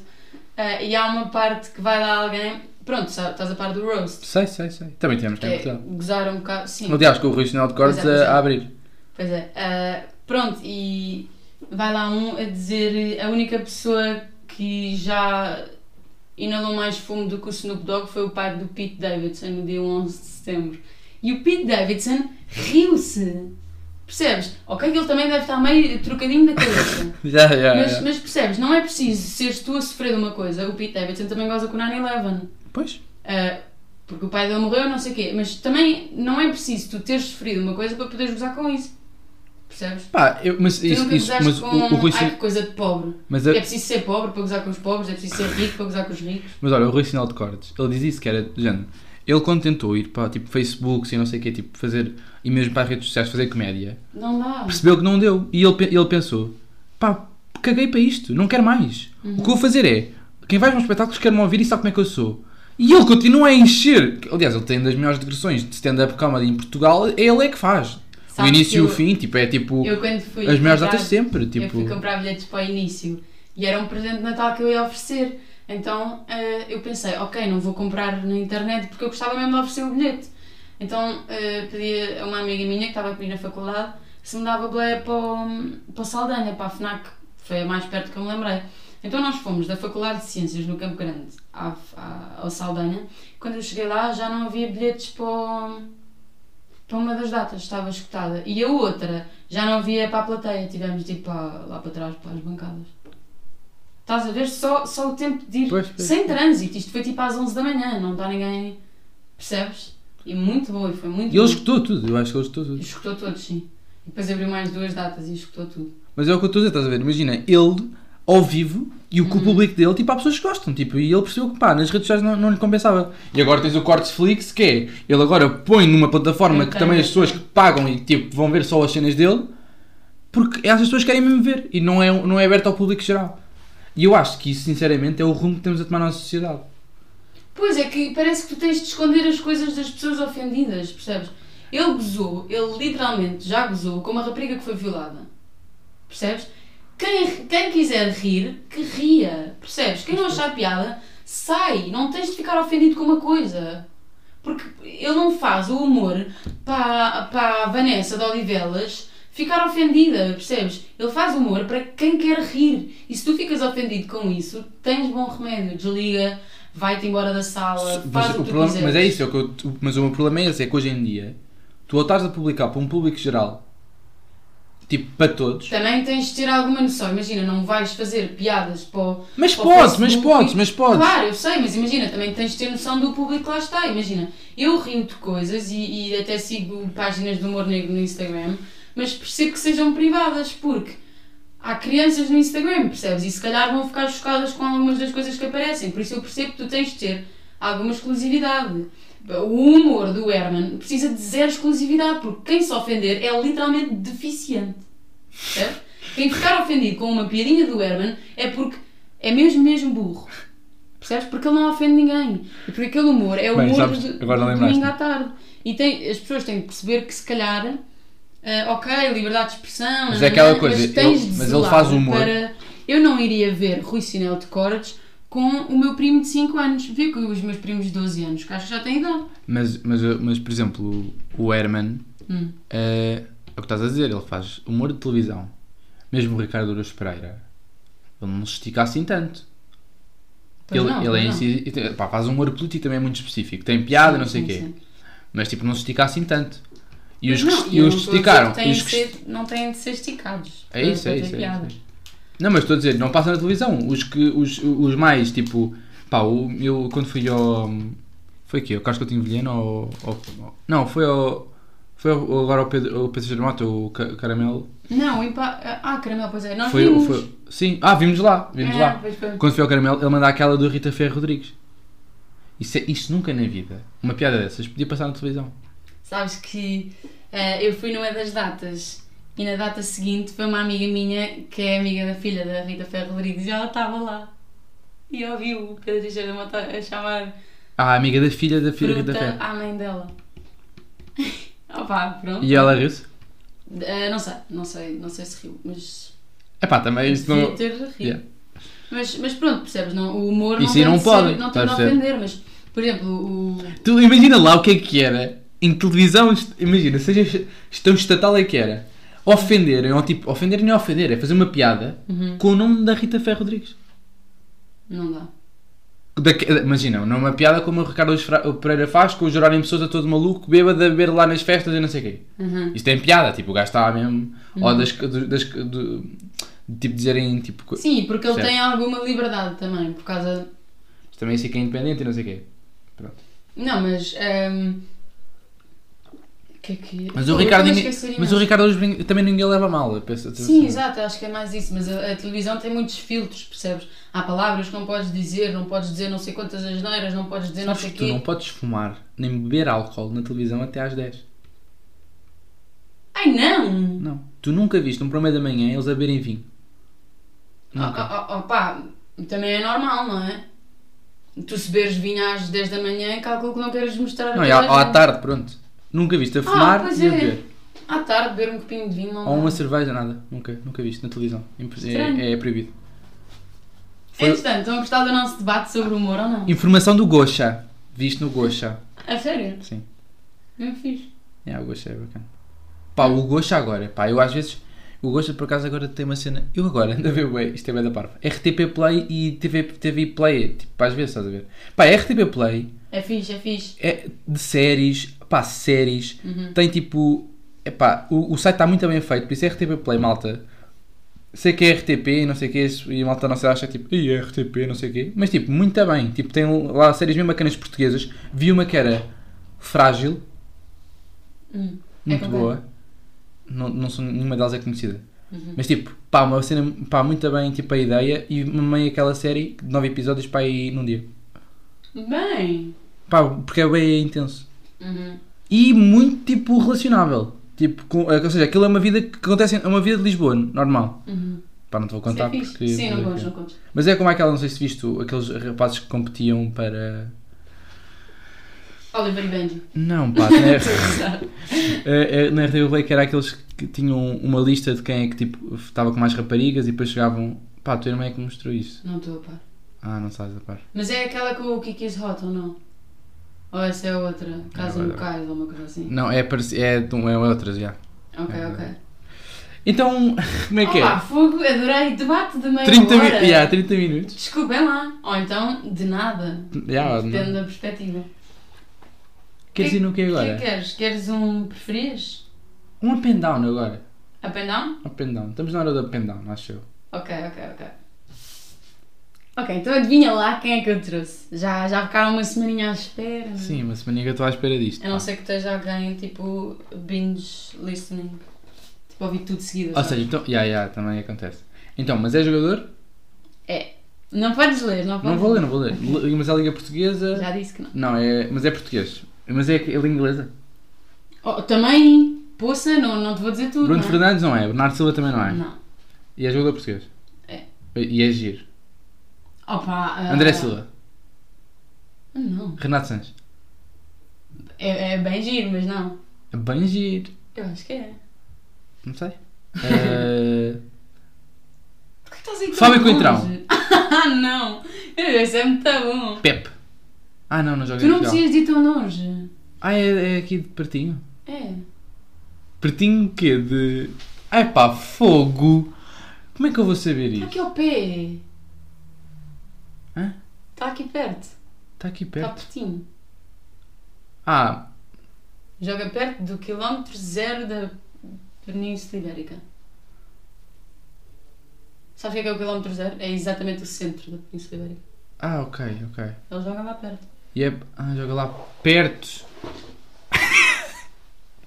Eh, e há uma parte que vai lá alguém. Pronto, sabe- estás a par do roast. Sei, sei, sei. Também temos cá em É, Portugal. gozar um bocado. Sim. Aliás, com o Rui Sinal de Cortes Pois é, pois a, é. a abrir. Pois é. ah, pronto, e vai lá um a dizer eh, a única pessoa que já inalou mais fumo do que o Snoop Dogg foi o pai do Pete Davidson no dia 11 de setembro. E o Pete Davidson riu-se. Percebes? Ok, que ele também deve estar meio trocadinho da cabeça. Já, já, mas, já. mas percebes? Não é preciso seres tu a sofrer de uma coisa. O Pete Davidson também goza com o 9-11. Pois. Ah, porque o pai dele morreu, não sei o quê. Mas também não é preciso tu teres sofrido uma coisa para poderes gozar com isso. Percebes? Pá, eu, mas Tu isso, nunca isso gozaste mas com... o, o Rui Ai, Sinal, que coisa de pobre. mas, a- É preciso ser pobre para gozar com os pobres, é preciso ser rico para gozar com os ricos. mas olha, o Rui Sinal de Cortes, ele diz isso que era, do género, ele quando tentou ir para tipo Facebook e não sei o quê, tipo fazer, e mesmo para as redes sociais fazer comédia, Não dá. percebeu que não deu e ele, pe- ele pensou, pá, caguei para isto, não quero mais. O Uhum. que vou fazer é, quem vai aos meus espetáculos quer-me ouvir e sabe como é que eu sou. E ele continua a encher. Aliás, ele tem das melhores digressões de stand-up comedy em Portugal, ele é que faz. Sabes o início e o que eu- fim, tipo, é tipo. Eu quando fui. As melhores comprar- datas sempre, Eu tipo. fui comprar bilhetes para o início e era um presente de Natal que eu ia oferecer. Então eh, eu pensei, ok, não vou comprar na internet porque eu gostava mesmo de oferecer o bilhete. Então eh, pedi a uma amiga minha que estava comigo na faculdade se me dava boleia para, o- para Saldanha, para a FNAC, foi a mais perto que eu me lembrei. Então nós fomos da Faculdade de Ciências no Campo Grande à, à, ao Saldanha. Quando eu cheguei lá já não havia bilhetes para, o- para uma das datas, estava escutada. E a outra já não havia para a plateia, tivemos de ir para, lá para trás, para as bancadas. Estás a ver? Só, só o tempo de ir Pois, pois, sem trânsito. Isto foi tipo às 11 da manhã, não está ninguém. Percebes? E muito bom, e foi muito E ele bom. escutou tudo, eu acho que ele escutou tudo. Escutou todos, sim. E depois abriu mais duas datas e escutou tudo. Mas é o que eu estou a dizer, estás a ver? Imagina, ele ao vivo e Uhum. o que o público dele, tipo, há pessoas que gostam, tipo, e ele percebeu que pá, nas redes sociais não, não lhe compensava. E agora tens o Cortes Flix, que é, ele agora põe numa plataforma Eu que tenho, também as eu pessoas que tenho. pagam e tipo, vão ver só as cenas dele, porque essas pessoas querem mesmo ver e não é, não é aberto ao público geral. E eu acho que isso, sinceramente, é o rumo que temos a tomar na nossa sociedade. Pois é que parece que tu tens de esconder as coisas das pessoas ofendidas, percebes? Ele gozou, ele literalmente já gozou com uma rapariga que foi violada. Percebes? Quem, quem quiser rir, que ria. Percebes? Quem não achar piada, sai. Não tens de ficar ofendido com uma coisa. Porque ele não faz o humor para, para a Vanessa de Olivelas ficar ofendida, percebes? Ele faz humor para quem quer rir. E se tu ficas ofendido com isso, tens bom remédio. Desliga, vai-te embora da sala, Mas, faz o o que tu problema- quiseres. mas é isso, é o que eu- tu- mas o meu problema é esse, é que hoje em dia tu ou estás a publicar para um público geral Tipo, para todos. Também tens de ter alguma noção. Imagina, não vais fazer piadas para o. Mas para o podes, mas Facebook. podes, mas podes. um Claro, eu sei, mas imagina, também tens de ter noção do público que lá está. Imagina, eu rio de coisas e, e até sigo páginas de humor negro no Instagram, mas percebo que sejam privadas, porque há crianças no Instagram, percebes? E se calhar vão ficar chocadas com algumas das coisas que aparecem. Por isso eu percebo que tu tens de ter alguma exclusividade. O humor do Herman precisa de zero exclusividade, porque quem se ofender é literalmente deficiente. Certo? Quem ficar ofendido com uma piadinha do Herman é porque é mesmo, mesmo burro. Percebes? Porque ele não ofende ninguém. E porque aquele humor é o Bem, humor sabes, do, agora do lembraste-me. domingo à tarde. E tem, as pessoas têm que perceber que se calhar, ah, ok, liberdade de expressão, Mas é aquela nananã, coisa, mas, tens ele- de mas ele zelar faz humor. Para... Eu não iria ver Rui Sinel de Cortes com o meu primo de 5 anos. Vi com os meus primos de 12 anos, que acho que já têm idade. Mas, mas, mas por exemplo, o, o Herman Hum. eh, é o que estás a dizer, ele faz humor de televisão. Mesmo o Ricardo Aruz Pereira, ele não se estica assim tanto. Pois Ele, não, ele é pois não. incisi- e tem- pá, faz um humor político também muito específico. Tem piada, não sei o Sim, quê. sim. Mas tipo, não se estica assim tanto. E os Mas que não, se- e eu os não que estou a dizer esticaram. que têm e os de que se- ser- Não têm de ser esticados. É isso, para- é para isso, ter é isso, piada. é isso. Não, mas estou a dizer, não passa na televisão. Os, que, os, os mais, tipo, pá, o- eu quando fui ao. Foi aqui, ao Carlos Coutinho Vilhena ou. ou- não, foi ao. Foi ao- agora ao Pedro, ao Pedro Germato, o Ca- Caramelo. Não, e pá- Ah, caramelo, pois é. Nós foi, vimos. foi- Sim, ah, vimos lá, vimos É, lá. pois foi. Quando fui ao Caramelo, ele manda aquela do Rita Ferro Rodrigues. Isso, é, isso nunca na vida, uma piada dessas, podia passar na televisão. Sabes que eh, eu fui numa das datas e na data seguinte foi uma amiga minha que é amiga da filha da Rita Ferro Rodrigues e ela estava lá. E eu ouvi o Pedro Teixeira da Mota a chamar Ah, a amiga da filha da filha da Rita fruta Ferro. à mãe dela. Opá, pronto. E ela riu-se? Eh, não sei, não sei, não sei se riu, mas Epá, também isso não. Devia ter rido. Yeah. Mas, mas pronto, percebes? Não, o humor Isso aí não, não tem de pode, ser, não está a tem de perceber? ofender, mas por exemplo, o. Tu imagina lá o que é que era em televisão, est- imagina, seja est- gestão estatal é que era. Ofenderem, ou tipo, ofender nem ofender, é fazer uma piada Uhum. com o nome da Rita Ferro Rodrigues. Não dá. Da que- imagina, não é uma piada como o Ricardo Luís Fra- Pereira faz com o Jerónimo Sousa todo maluco, bêbado a beber lá nas festas e não sei o quê. Uhum. Isto tem piada, tipo, o gajo está mesmo. Ou das. do- das do- de, tipo, dizerem tipo. co- Sim, porque ele Percebes? tem alguma liberdade também, por causa. Isto também sei que é independente e não sei o quê. Pronto. Não, mas. ehm, Que é que... Mas o Eu Ricardo. também ninguém- esqueci Mas imenso. o Ricardo Luís Pereira também ninguém leva a mal. eu penso- Sim, exato, acho que é mais isso, mas a, a televisão tem muitos filtros, percebes? Há palavras que não podes dizer, não podes dizer não sei quantas asneiras, não podes dizer não Sabes sei que o tu quê. não podes fumar nem beber álcool na televisão até às 10. Ai não! Não. Tu nunca viste um programa da manhã eles a beberem vinho. Nunca. Oh, oh, oh, pá, também é normal, não é? Tu se beberes vinho às 10 da manhã, calculo que não queres mostrar a não, toda e a à, ou à gente. tarde, pronto. Nunca viste a fumar é. pois e a é. beber. À tarde, beber um copinho de vinho, não Ou uma dá. cerveja, nada. Nunca, nunca viste na televisão. Impre- Estranho. É, é proibido. Foi- Entretanto, estão a gostar do nosso debate sobre humor ou não? Informação do Gocha. Viste no Gocha. A sério? Sim. Não fiz. É, o Gocha é bacana. Pá, o Gocha agora. Pá, eu às vezes. O Gocha por acaso agora tem uma cena. Eu agora ando a ver bué, Isto é bem da parva. RTP Play e TV, TV Play. Tipo, às vezes estás a ver. Pá, RTP Play. É fixe, é fixe. é de séries, pá, séries, tem tipo, é pá, o, o site está muito bem feito, por isso é RTP Play, malta. Sei que é RTP, não sei o que, e a malta não se acha tipo, e RTP, não sei o quê, mas tipo, muito bem, tipo, tem lá séries mesmo bacanas portuguesas. Vi uma que era Frágil, Hum. muito É com boa. Não, não sou, nenhuma delas é conhecida. uhum. Mas tipo, pá, uma cena, pá, muito bem, tipo, a ideia, e mamei aquela série de 9 episódios, pá, aí num dia. Bem. Pá, porque é bem intenso. Uhum. e muito tipo relacionável. Tipo, com, ou seja, aquilo é uma vida que acontece, é uma vida de Lisboa, normal. Uhum. Pá, não te vou Isso contar é fixe. porque. Sim, não porque- contes, não contes. Mas é como aquela, não sei se viste, aqueles rapazes que competiam para. Oliver e Benji. Não, pá, na, Exato. é, é, na RTP Play que era aqueles que tinham uma lista de quem é que tipo estava com mais raparigas e depois chegavam. Pá, a tua irmã é que me mostrou isso. não estou a par. Ah, não sabes a par. Mas é aquela com o Kiki's Hot ou não? Ou essa é outra? Casa agora- no Cais ou uma coisa assim? Não, é, pareci- é, de um- é outras, já. Ok, É, ok. Então, como é que Olá, é? fogo, adorei. Debate de meia 30, mi hora. yeah, 30 minutos. Desculpem lá. Ou então, de nada. Yeah, Depende não. da perspectiva. Queres ir no que O que agora? é que queres? Queres um preferias? Um up and down agora. Up and down? Up and down. Estamos na hora do up and down, acho eu. Ok, ok, ok. Ok, então adivinha lá quem é que eu trouxe. Já, já ficaram uma semaninha à espera. não é? Sim, uma semaninha que eu estou à espera disto. A não pá. ser que esteja alguém tipo binge listening. Tipo, ouvir tudo de seguida. Ou sabe? seja, então. Ya, ya, também acontece. Então, mas é jogador? É. Não podes ler, não podes Não vou ler, não vou ler. Li- Mas é a Liga Portuguesa. Já disse que não. Não, é. Mas é português. Mas é a língua inglesa. Oh, também, poça, não, não te vou dizer tudo. Bruno não é? Fernandes não é, Bernardo Silva também não é. Não. E é jogador português. É. E é giro. Opa, ah, André Silva, Não. Renato Sanches. É, é bem giro, mas não. É bem giro. Eu acho que é. Não sei. Eh, Por que estás aí tão Fábio longe? Coentrão. ah, não. Esse é muito bom. Pepe. Ah não, não joga Tu em não Portugal. precisas de ir tão longe. Ah, é, é aqui de pertinho. É. Pertinho o quê? De. Ai pá, fogo! Como é que eu vou saber Está isso? Tá aqui ao pé. Hã? Está aqui perto. Está Tá aqui Está perto. pertinho. Ah, Joga perto do quilómetro zero da Península Ibérica. Sabes o que é, que é o quilómetro zero? É exatamente o centro da Península Ibérica. ah, ok, ok. Ele joga lá perto. E é. Ah, joga lá perto.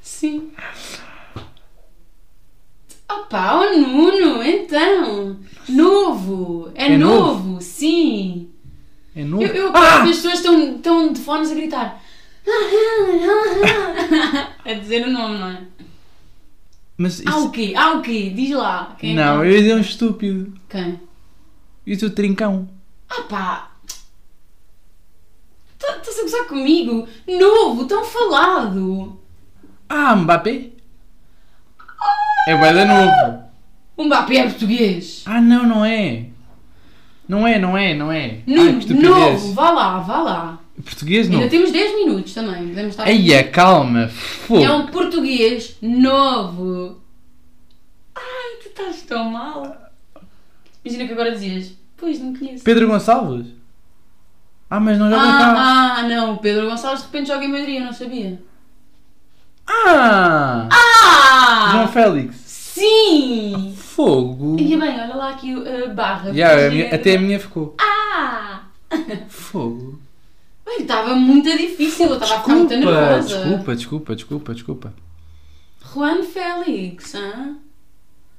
Sim. Opa, o Nuno, então! Novo! É, É novo. sim! É novo. Eu, eu aposto que as pessoas estão, estão de fones a gritar. a dizer o nome, não é? Mas Ah, isso. o quê? Ah, o quê? Diz lá. Quem é que Não, é? eu ia dizer um estúpido. Quem? E o teu trincão? Ah pá! Tá- Estás a gozar comigo? Novo, tão falado! Ah, Mbappé? É bué da novo. O Mbappé é português! Ah, não, não é. Não é, não é, não é. Ai, Nuno, que estupidez. novo, vá lá, vá lá. Português Ainda não. é, temos 10 minutos também, podemos estar. Eia, calma. Fogo. É um português novo! Ai, tu estás tão mal! Imagina que agora dizias: Pois, não conheço. Pedro Gonçalves? Ah, mas não joga cá. Ah, ah, não, o Pedro Gonçalves de repente joga em Madrid, eu não sabia. Ah! João Ah! Félix. Sim! Fogo. E é bem, olha lá aqui a barra. Yeah, é, a Imagina- minha- até a minha ficou. Ah! Fogo. Bem, estava muito difícil, eu estava a ficar muito Desculpa, nervosa. desculpa, desculpa, desculpa, desculpa. Juan Félix, hã?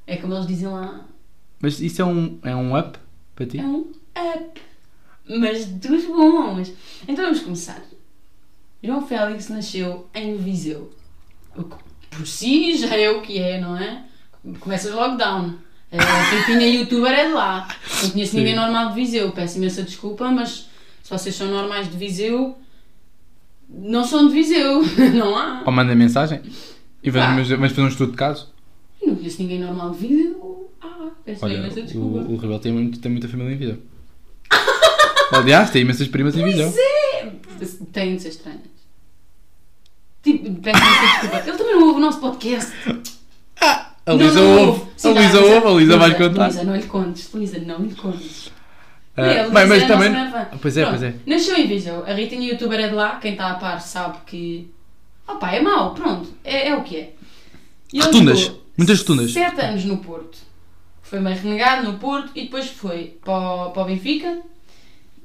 É como eles dizem lá. Mas isso é um, é um up para ti? É um up. Mas dos bons. Então vamos começar. João Félix nasceu em Viseu. O que por si já é o que é, não é? Começas lockdown. Eh, Quem tinha youtuber é de lá. Não conheço Sim. ninguém normal de Viseu. Peço imensa desculpa, mas se vocês são normais de Viseu, não são de Viseu. Não há. Ou manda mensagem? E Ah. vamos, vamos fazer um estudo de caso? Eu não conheço ninguém normal de Viseu. Ah, peço Olha, imensa desculpa. o, o Rebelo tem, muito- tem muita família em Viseu. Aliás, tem imensas primas em Viseu. Pois é! Tem de ser estranhas. Tipo, peço imensa desculpa. Ele também não ouve o nosso podcast. A Lisa Não, não ouve, Sim, a não, é- Lisa ouve, a Lisa vai contar. Luísa, não lhe contes. Luísa, não lhe contes. Ah, É, a Luísa bem, mas é a também. nossa maior fã. Pois é, Pronto, pois é. Nasceu em Viseu. A Ritinha youtuber é de lá. Quem está a par sabe que... Opa, é mau. Pronto. É, é o que é. E ele Rotundas. ficou Muitas rotundas. Sete anos no Porto. Foi meio renegado no Porto e depois foi para o, para o Benfica.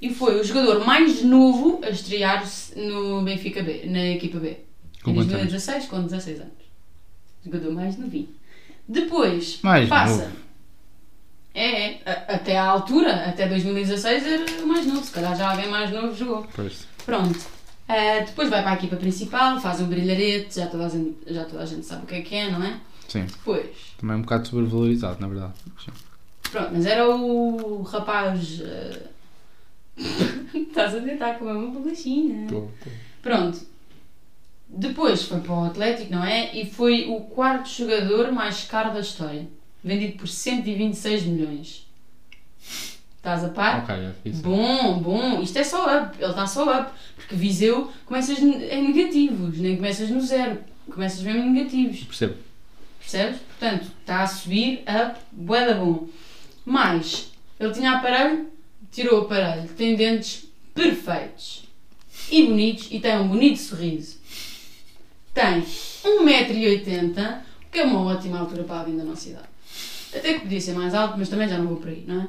E foi o jogador mais novo a estrear-se no Benfica B, na equipa B. Com em quantos anos? 2016, com 16 anos. Jogador mais novinho. Depois, Mais passa. novo. É, é, a- até à altura, até 2016 era o mais novo, se calhar já alguém mais novo jogou. Pois. Pronto. Ah, depois vai para a equipa principal, faz um brilharete, já toda, a gente, já toda a gente sabe o que é que é, não é? Sim. Depois, Também é um bocado sobrevalorizado, na verdade. Sim. pronto, mas era o rapaz. ah, Estás a tentar comer uma bolachinha. Tô- tô. Pronto. Depois foi para o Atlético, não é? E foi o quarto jogador mais caro da história. Vendido por 126 milhões. Estás a par? Ok, é isso. Bom, bom. Isto é só up. Ele está só up. Porque Viseu começas ne- em negativos. Nem começas no zero. Começas mesmo em negativos. Percebo. Percebes? Portanto, está a subir, up, bué da bom. Mas, ele tinha aparelho, tirou o aparelho. Tem dentes perfeitos e um bonitos e tem um bonito sorriso. Tem 1,80m. O que é uma ótima altura para alguém da nossa idade. Até que podia ser mais alto, mas também já não vou por aí, não é?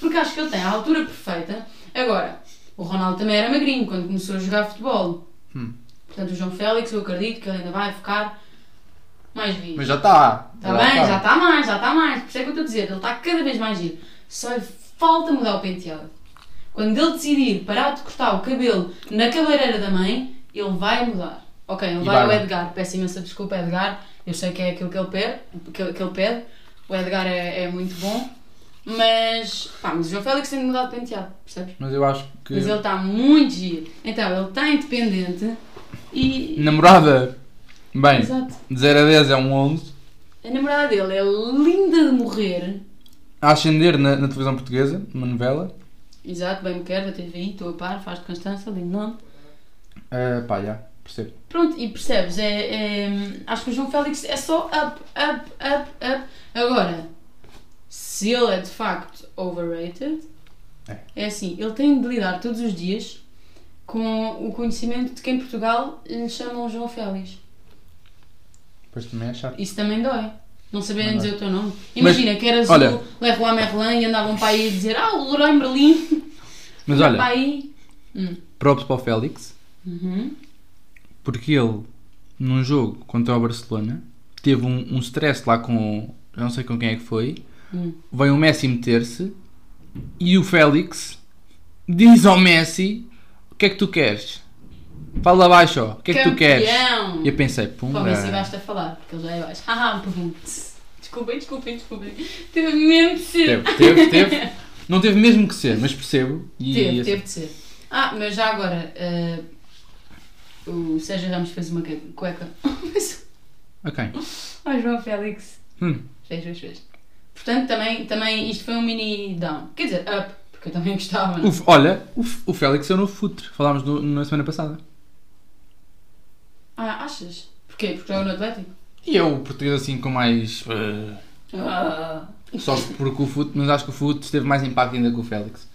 Porque acho que ele tem a altura perfeita. Agora, o Ronaldo também era magrinho quando começou a jogar futebol. Hum. Portanto, o João Félix, eu acredito que ele ainda vai focar mais giro. Mas já tá. está. Está Tá bem, já está mais, já está mais. Por isso é que eu estou a dizer, ele está cada vez mais giro. Só lhe falta mudar o penteado. Quando ele decidir parar de cortar o cabelo na cabeleireira da mãe, ele vai mudar. Ok, ele E vai ao barba. Edgar. Peço imensa desculpa, Edgar. Eu sei que é aquilo que ele pede. Que, que ele pede. O Edgar é, é muito bom. Mas, pá, mas o João Félix tem de mudar de penteado, percebes? Mas eu acho que. Mas ele está muito giro. Então, ele está independente e. Namorada. Bem, Exato. de 0 a 10 é um 11. A namorada dele é linda de morrer. A ascender na, na televisão portuguesa, numa novela. Exato, bem me quero, da TVI, estou a par, faz de Constança, lindo nome. Ah, pá, já, percebo. Pronto, e percebes, é, é- acho que o João Félix é só up, up, up, up. Agora, se ele é de facto overrated, É. é assim, ele tem de lidar todos os dias com o conhecimento de que em Portugal lhe chamam João Félix. Depois também é chato. Isso também dói. Não saberem Não dói. dizer o teu nome. Imagina que eras olha- o Leroy Merlin e andavam para aí a dizer Ah, o Leroy Merlin, Mas para olha, aí. Hum. props para o Félix, Uhum. porque ele, num jogo contra o Barcelona, teve um, um stress lá com. eu Não sei com quem é que foi. Hum. Veio o Messi meter-se e o Félix diz ao Messi: O que é que tu queres? Fala baixo, ó, o que é que tu queres? Campeão! E eu pensei: Pum, Para o Messi basta falar, porque ele já é baixo. Haha, pum. Desculpem, desculpem, desculpem. Teve mesmo de ser. Teve, teve, teve. Não teve mesmo que ser, mas percebo. E Teve, assim, teve de ser. Ah, mas já agora, eh, o Sérgio Ramos fez uma que- cueca. Ok. Ai, João Félix. Hum. Fez, fez, fez. Portanto, também, também isto foi um mini down. Quer dizer, up, porque eu também gostava. O Não? é? F- olha, o, F- o Félix é o novo futre. Falámos no- na semana passada. Ah, achas? Porquê? Porque joga no Atlético? E é o português assim com mais. eh, Ah. só porque o futre, mas acho que o futre teve mais impacto ainda que o Félix.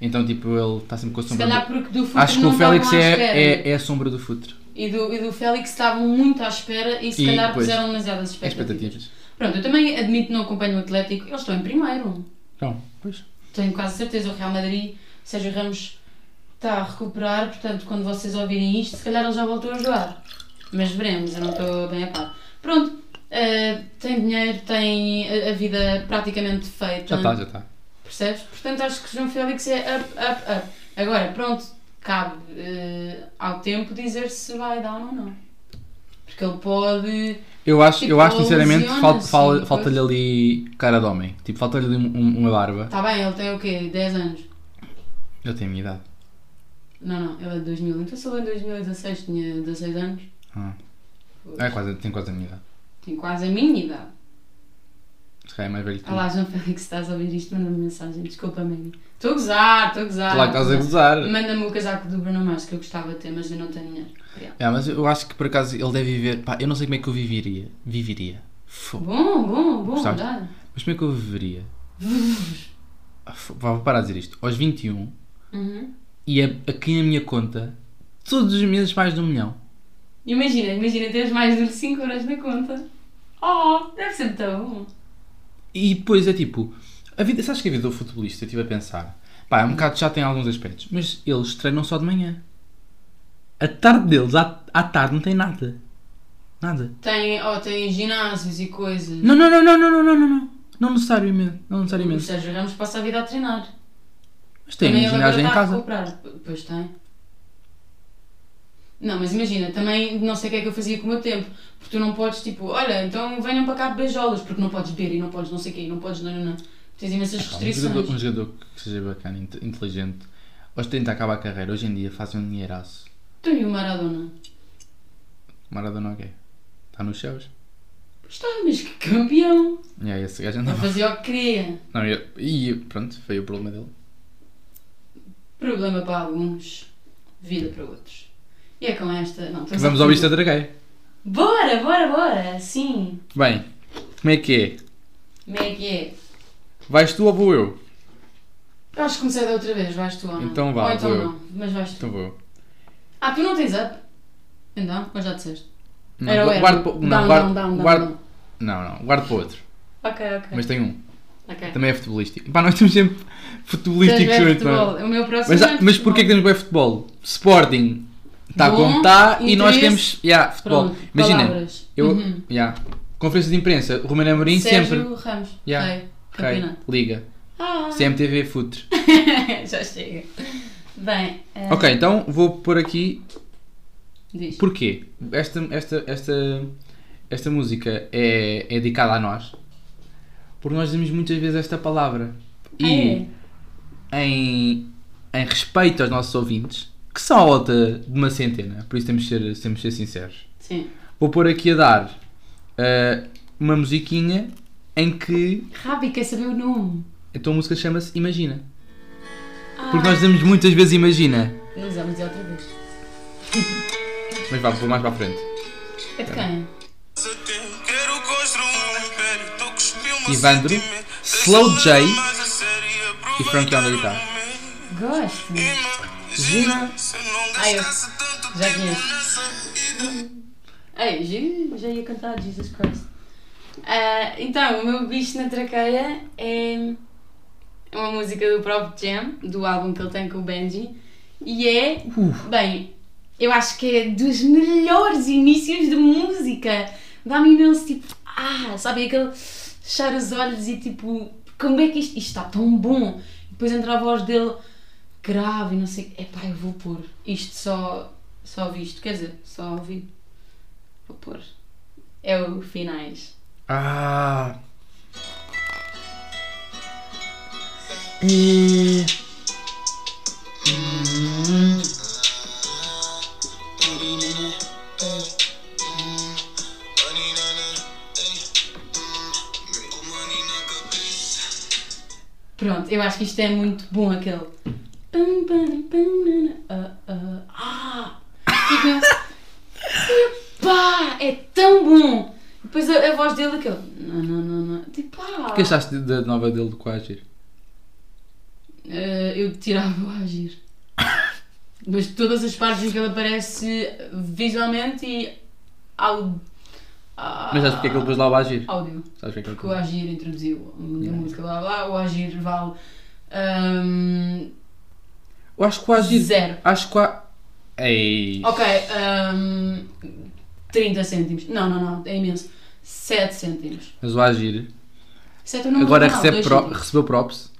Então, tipo, ele está sempre com a Se sombra. Do... calhar porque do futebol Acho que o Félix é, é, é a sombra do futre. E do, e do Félix estavam muito à espera e se E, calhar pois, puseram demasiadas É expectativas. expectativas. Pronto, eu também admito que não acompanho o Atlético, eles estão em primeiro. Então, pois. Tenho quase certeza, o Real Madrid, Sérgio Ramos está a recuperar, portanto, quando vocês ouvirem isto, se calhar ele já voltou a jogar. Mas veremos, eu não estou bem a par. Pronto, eh, tem dinheiro, tem a, a vida praticamente feita. Já está, já tá. está. Percebes? Portanto, acho que João Félix é up, up, up. Agora, pronto, cabe eh, ao tempo dizer se vai dar ou não. Porque ele pode. Eu acho, Tipo, eu acho sinceramente, lesiona-se fal- fal- e falta-lhe ali cara de homem. Tipo, falta-lhe ali um- um- uma barba. Está tá bem, ele tem o quê? 10 anos? Eu tenho a minha idade. Não, não, ele é de 2000. Então, se ele em 2016 tinha 16 anos, Ah. É quase, tenho quase a minha idade. tem quase a minha idade. Se calhar é mais velho que tu. Ah lá, João Félix, estás a ouvir isto? Manda-me mensagem, desculpa, Maggie. Estou a gozar, estou a gozar. Lá que estás a gozar. Manda-me o casaco do Bruno Mars que eu gostava de ter, mas eu não tenho dinheiro. Obrigada. É, mas eu acho que por acaso ele deve viver. Pá, eu não sei como é que eu viveria. Viveria. Fogo. Bom, bom, bom, Gostaste? já. Mas como é que eu viveria? Ah, fo- Vá, vou parar de dizer isto. Aos 21 Uhum. e é aqui na minha conta, todos os meses mais de um milhão. Imagina, imagina teres mais de 5 euros na conta. Oh, deve ser tão bom. E depois é tipo. A vida, sabes que a vida do futebolista, eu estive a pensar. Pá, é um bocado chato em alguns aspectos, mas eles treinam só de manhã. A tarde deles, à, à tarde, não tem nada. Nada. Tem, oh, tem ginásios e coisas. Não, não, não, não, não, não, não, não, não. Não necessariamente. Não O necessariamente. Sérgio Ramos passa a vida a treinar. Mas tem um Também ele agora ginásio em está a casa. recuperar. P- Pois tem. Não, mas imagina, também não sei o que é que eu fazia com o meu tempo. Porque tu não podes, tipo, olha, então venham para cá beijolas, porque não podes beber e não podes não sei o quê, e não podes não, não, não. Tens imensas Pá, Um jogador, um restrições. jogador que seja bacana, inte- inteligente, aos 30 acaba a carreira, hoje em dia faz um dinheiraço. Tu e o Maradona. Maradona ok. Está nos céus. Está, mas que campeão! E aí esse gajo Ele andava. fazia o que queria. Não, eu, e pronto, foi o problema dele. Problema para alguns, vida para outros. E é com esta. Não, Que vamos ao Vista Draguei. Bora, bora, bora! Sim! Bem, como é que é? Como é que é? Vais tu ou vou eu? Eu acho que comecei da outra vez, vais tu ou não? Então vá, Ou então vou eu. não, mas vais tu. Então vou. eu. Ah, tu não tens up? Então, mas já disseste. Não, Era um, o gu- Era. guardo para- Down, não, guardo- down, down, down, guardo- down. Não, não, guardo para outro. Ok, um. ok. Mas tenho um. Ok. Também é futebolístico. Pá, nós temos sempre futebolísticos Tens bem junto, mano. futebol. O meu próximo Mas, ah, é mas futebol. porquê que temos bem futebol? Sporting está Bom, como está e nós interesse. temos. Yeah, futebol. Pronto, Imagina, palavras. eu. Uhum. Yeah, conferência de imprensa, o Romano Amorim sempre. Sérgio Ramos. Yeah. Rei. Rei, Campeonato. liga. Ah, CMTV Futre. já chega. Bem, eh, Ok, então vou pôr aqui. diz. Porquê? Esta, esta, esta, esta música é, é dedicada a nós. Porque nós dizemos muitas vezes esta palavra. Ah, E é? em, em respeito aos nossos ouvintes, que são a volta de uma centena, por isso temos de ser, temos de ser sinceros. Sim. Vou pôr aqui a dar ah, uma musiquinha em que. Rabi quer saber o nome. Então a música chama-se Imagina. Ah, Porque nós dizemos muitas vezes Imagina. Não usamos dizer outra vez. Mas vá, vou mais para a frente. É de quem? Quero construir um império, tô com os filmes Ivandro, sentimento. Slow Deixa J eu levar mais a sério e Frankie on the guitar. Gosto. Imagina, se não Ah, eu gastasse tanto já tempo conheço. Uhum. nessa vida. Ei, já, já ia cantar Jesus Christ. Ah, então, o meu bicho na traqueia é uma música do próprio Jam, do álbum que ele tem com o Benji, e é, bem, eu acho que é dos melhores inícios de música. Dá-me imenso tipo, ah, sabe aquele fechar os olhos e tipo, como é que isto, isto está tão bom? Depois entra a voz dele grave e não sei, epá, eu vou pôr isto só, só visto, quer dizer, só ouvido. Vou pôr. É o finais. Ah! E... Pronto, eu acho que isto é muito bom aquele. Pam, pam, pam, nana, ah, ah, ah. Fica- Epá, é tão bom! Depois a, a voz dele aquele. Não, não, não, não. Tipo, pá. O que achaste da nova dele do Quagir? Eh, eu tirava o agir. Mas todas as partes em que ele aparece visualmente e ao. Mas sabes porque é que ele pôs lá o Agir? Áudio. Sabes porque é que ele que o pôs? Agir introduziu a Yeah. música lá, lá, o Agir vale hum, Eu acho que o Agir. zero. Acho que o A- Ei! Ok, hum, 30 cêntimos. Não, não, não, é imenso. 7 cêntimos. Mas o Agir 7 é o número agora normal, recebe dois pro- cêntimos. recebeu props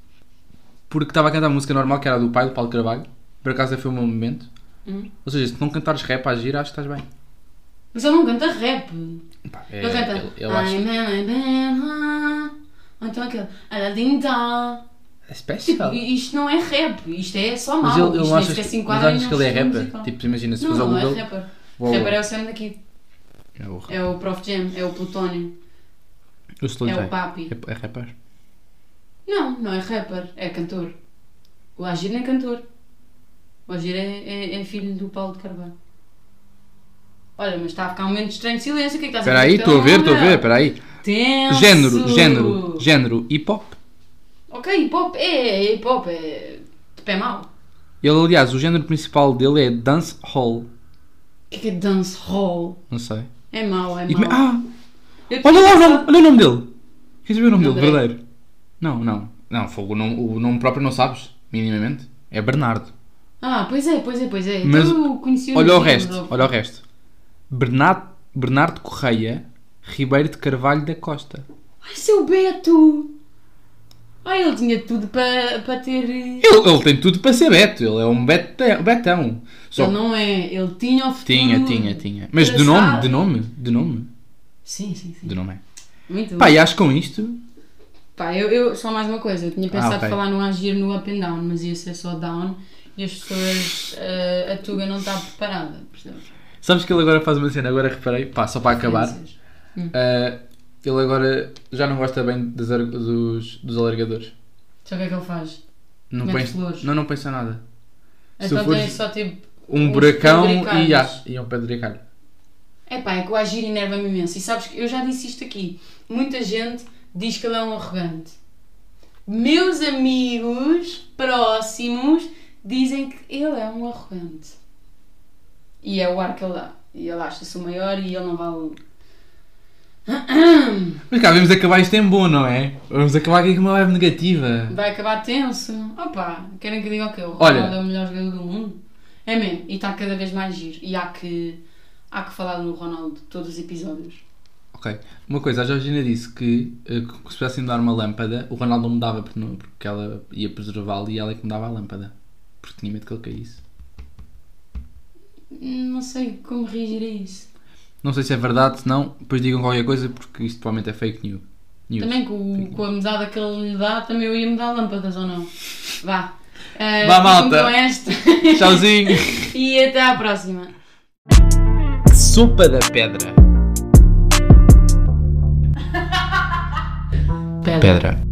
porque estava a cantar a música normal que era do pai do Paulo Carvalho. Por acaso foi o meu momento. Hum. Ou seja, se não cantares rap a Agir, acho que estás bem. Mas ele não canta rap. Pá, é- ele canta. ele- ele I'm acha- I'm I'm Ou então aquele. Aladdin dá. É special. Tipo, isto não é rap, isto é só mal. Mas ele, ele isto não nem achas, sequer se que- mas enquadra achas em que ele é nenhum rapper? musical. Tipo, imagina, se não, fores ao não Google. é rapper. Vou- Rapper é o Sam daqui. É o rap. É o Prof Jam, é o Plutónio. Eu sou É DJ. o papi. É- É rapper. Não, não é rapper, é cantor. O Agir não é cantor. O Agir é, é- é filho do Paulo de Carvalho. Olha, mas está a ficar um momento estranho de silêncio. O que é que estás Espera a aí, fazer? estou a ver, estou a ver, espera aí. Tenso. Género, género, género, hip hop. Ok, hip hop, é, é hip hop, é. Tipo, é mau. Ele, aliás, o género principal dele é dance hall. O que é que é dance hall? Não sei. É mau, é E como é- mau. Ah, Eu- olha lá, o nome- olha o nome dele. Queres saber o nome dele, André. verdadeiro? Não, não. Não, fogo, o nome, o nome próprio não sabes, minimamente. É Bernardo. Ah, pois é, pois é, pois é. Mas então, eu conheci Olha o Gil, resto, do- olha o resto. Bernardo, Bernardo Correia Ribeiro de Carvalho da Costa. Ai, seu Beto! Ai, ele tinha tudo para para ter. eh, Ele, ele tem tudo para ser Beto, ele é um bete- betão. Só Ele não é. Ele tinha o futuro. tinha, tinha, tinha. Mas de nome, traçado. de nome, de nome, Sim, sim, sim. de nome é. Muito Pá, bem. e acho que com isto Pá, eu, eu- só mais uma coisa. Eu tinha pensado Ah, ok. falar no agir no up and down, mas ia ser só down e as pessoas. eh, a Tuga não está preparada, percebes? Sabes que ele agora faz uma cena, agora reparei, pá, só para acabar. Referências. ah, ele agora já não gosta bem das ar- dos, dos alargadores. Sabe o que é que ele faz? Não Mete pensa, flores. não, não pensa nada. Se então fores- tem só tipo. Um Uns buracão e, pedregulhos. ah, e um pedregulho. Epá, é que o agir enerva-me imenso. E sabes que eu já disse isto aqui. Muita gente diz que ele é um arrogante. Meus amigos próximos dizem que ele é um arrogante. E é o ar que ele dá. E ele acha-se o maior e ele não vale. Mas cá, vamos acabar isto em bom, não é? Vamos acabar aqui com uma live negativa. Vai acabar tenso. Opa, querem que eu diga o quê? O Olha. Ronaldo é o melhor jogador do mundo. É mesmo. E está cada vez mais giro. E há que, há que falar no Ronaldo todos os episódios. Ok. Uma coisa, a Georgina disse que, eh, que se pudessem dar uma lâmpada, o Ronaldo não mudava porque, não- porque ela ia preservá-lo e ela é que mudava a lâmpada. Porque tinha medo que ele caísse. Não sei como reagir a isso. Não sei se é verdade, se não, depois digam qualquer coisa porque isto provavelmente é fake news. news. Também com, o- com a mesada que ele lhe dá, também eu ia mudar lâmpadas ou não? Vá. Eh, Vá, ficam malta. Com esta. Tchauzinho! e até à próxima. Sopa da pedra. Pedra.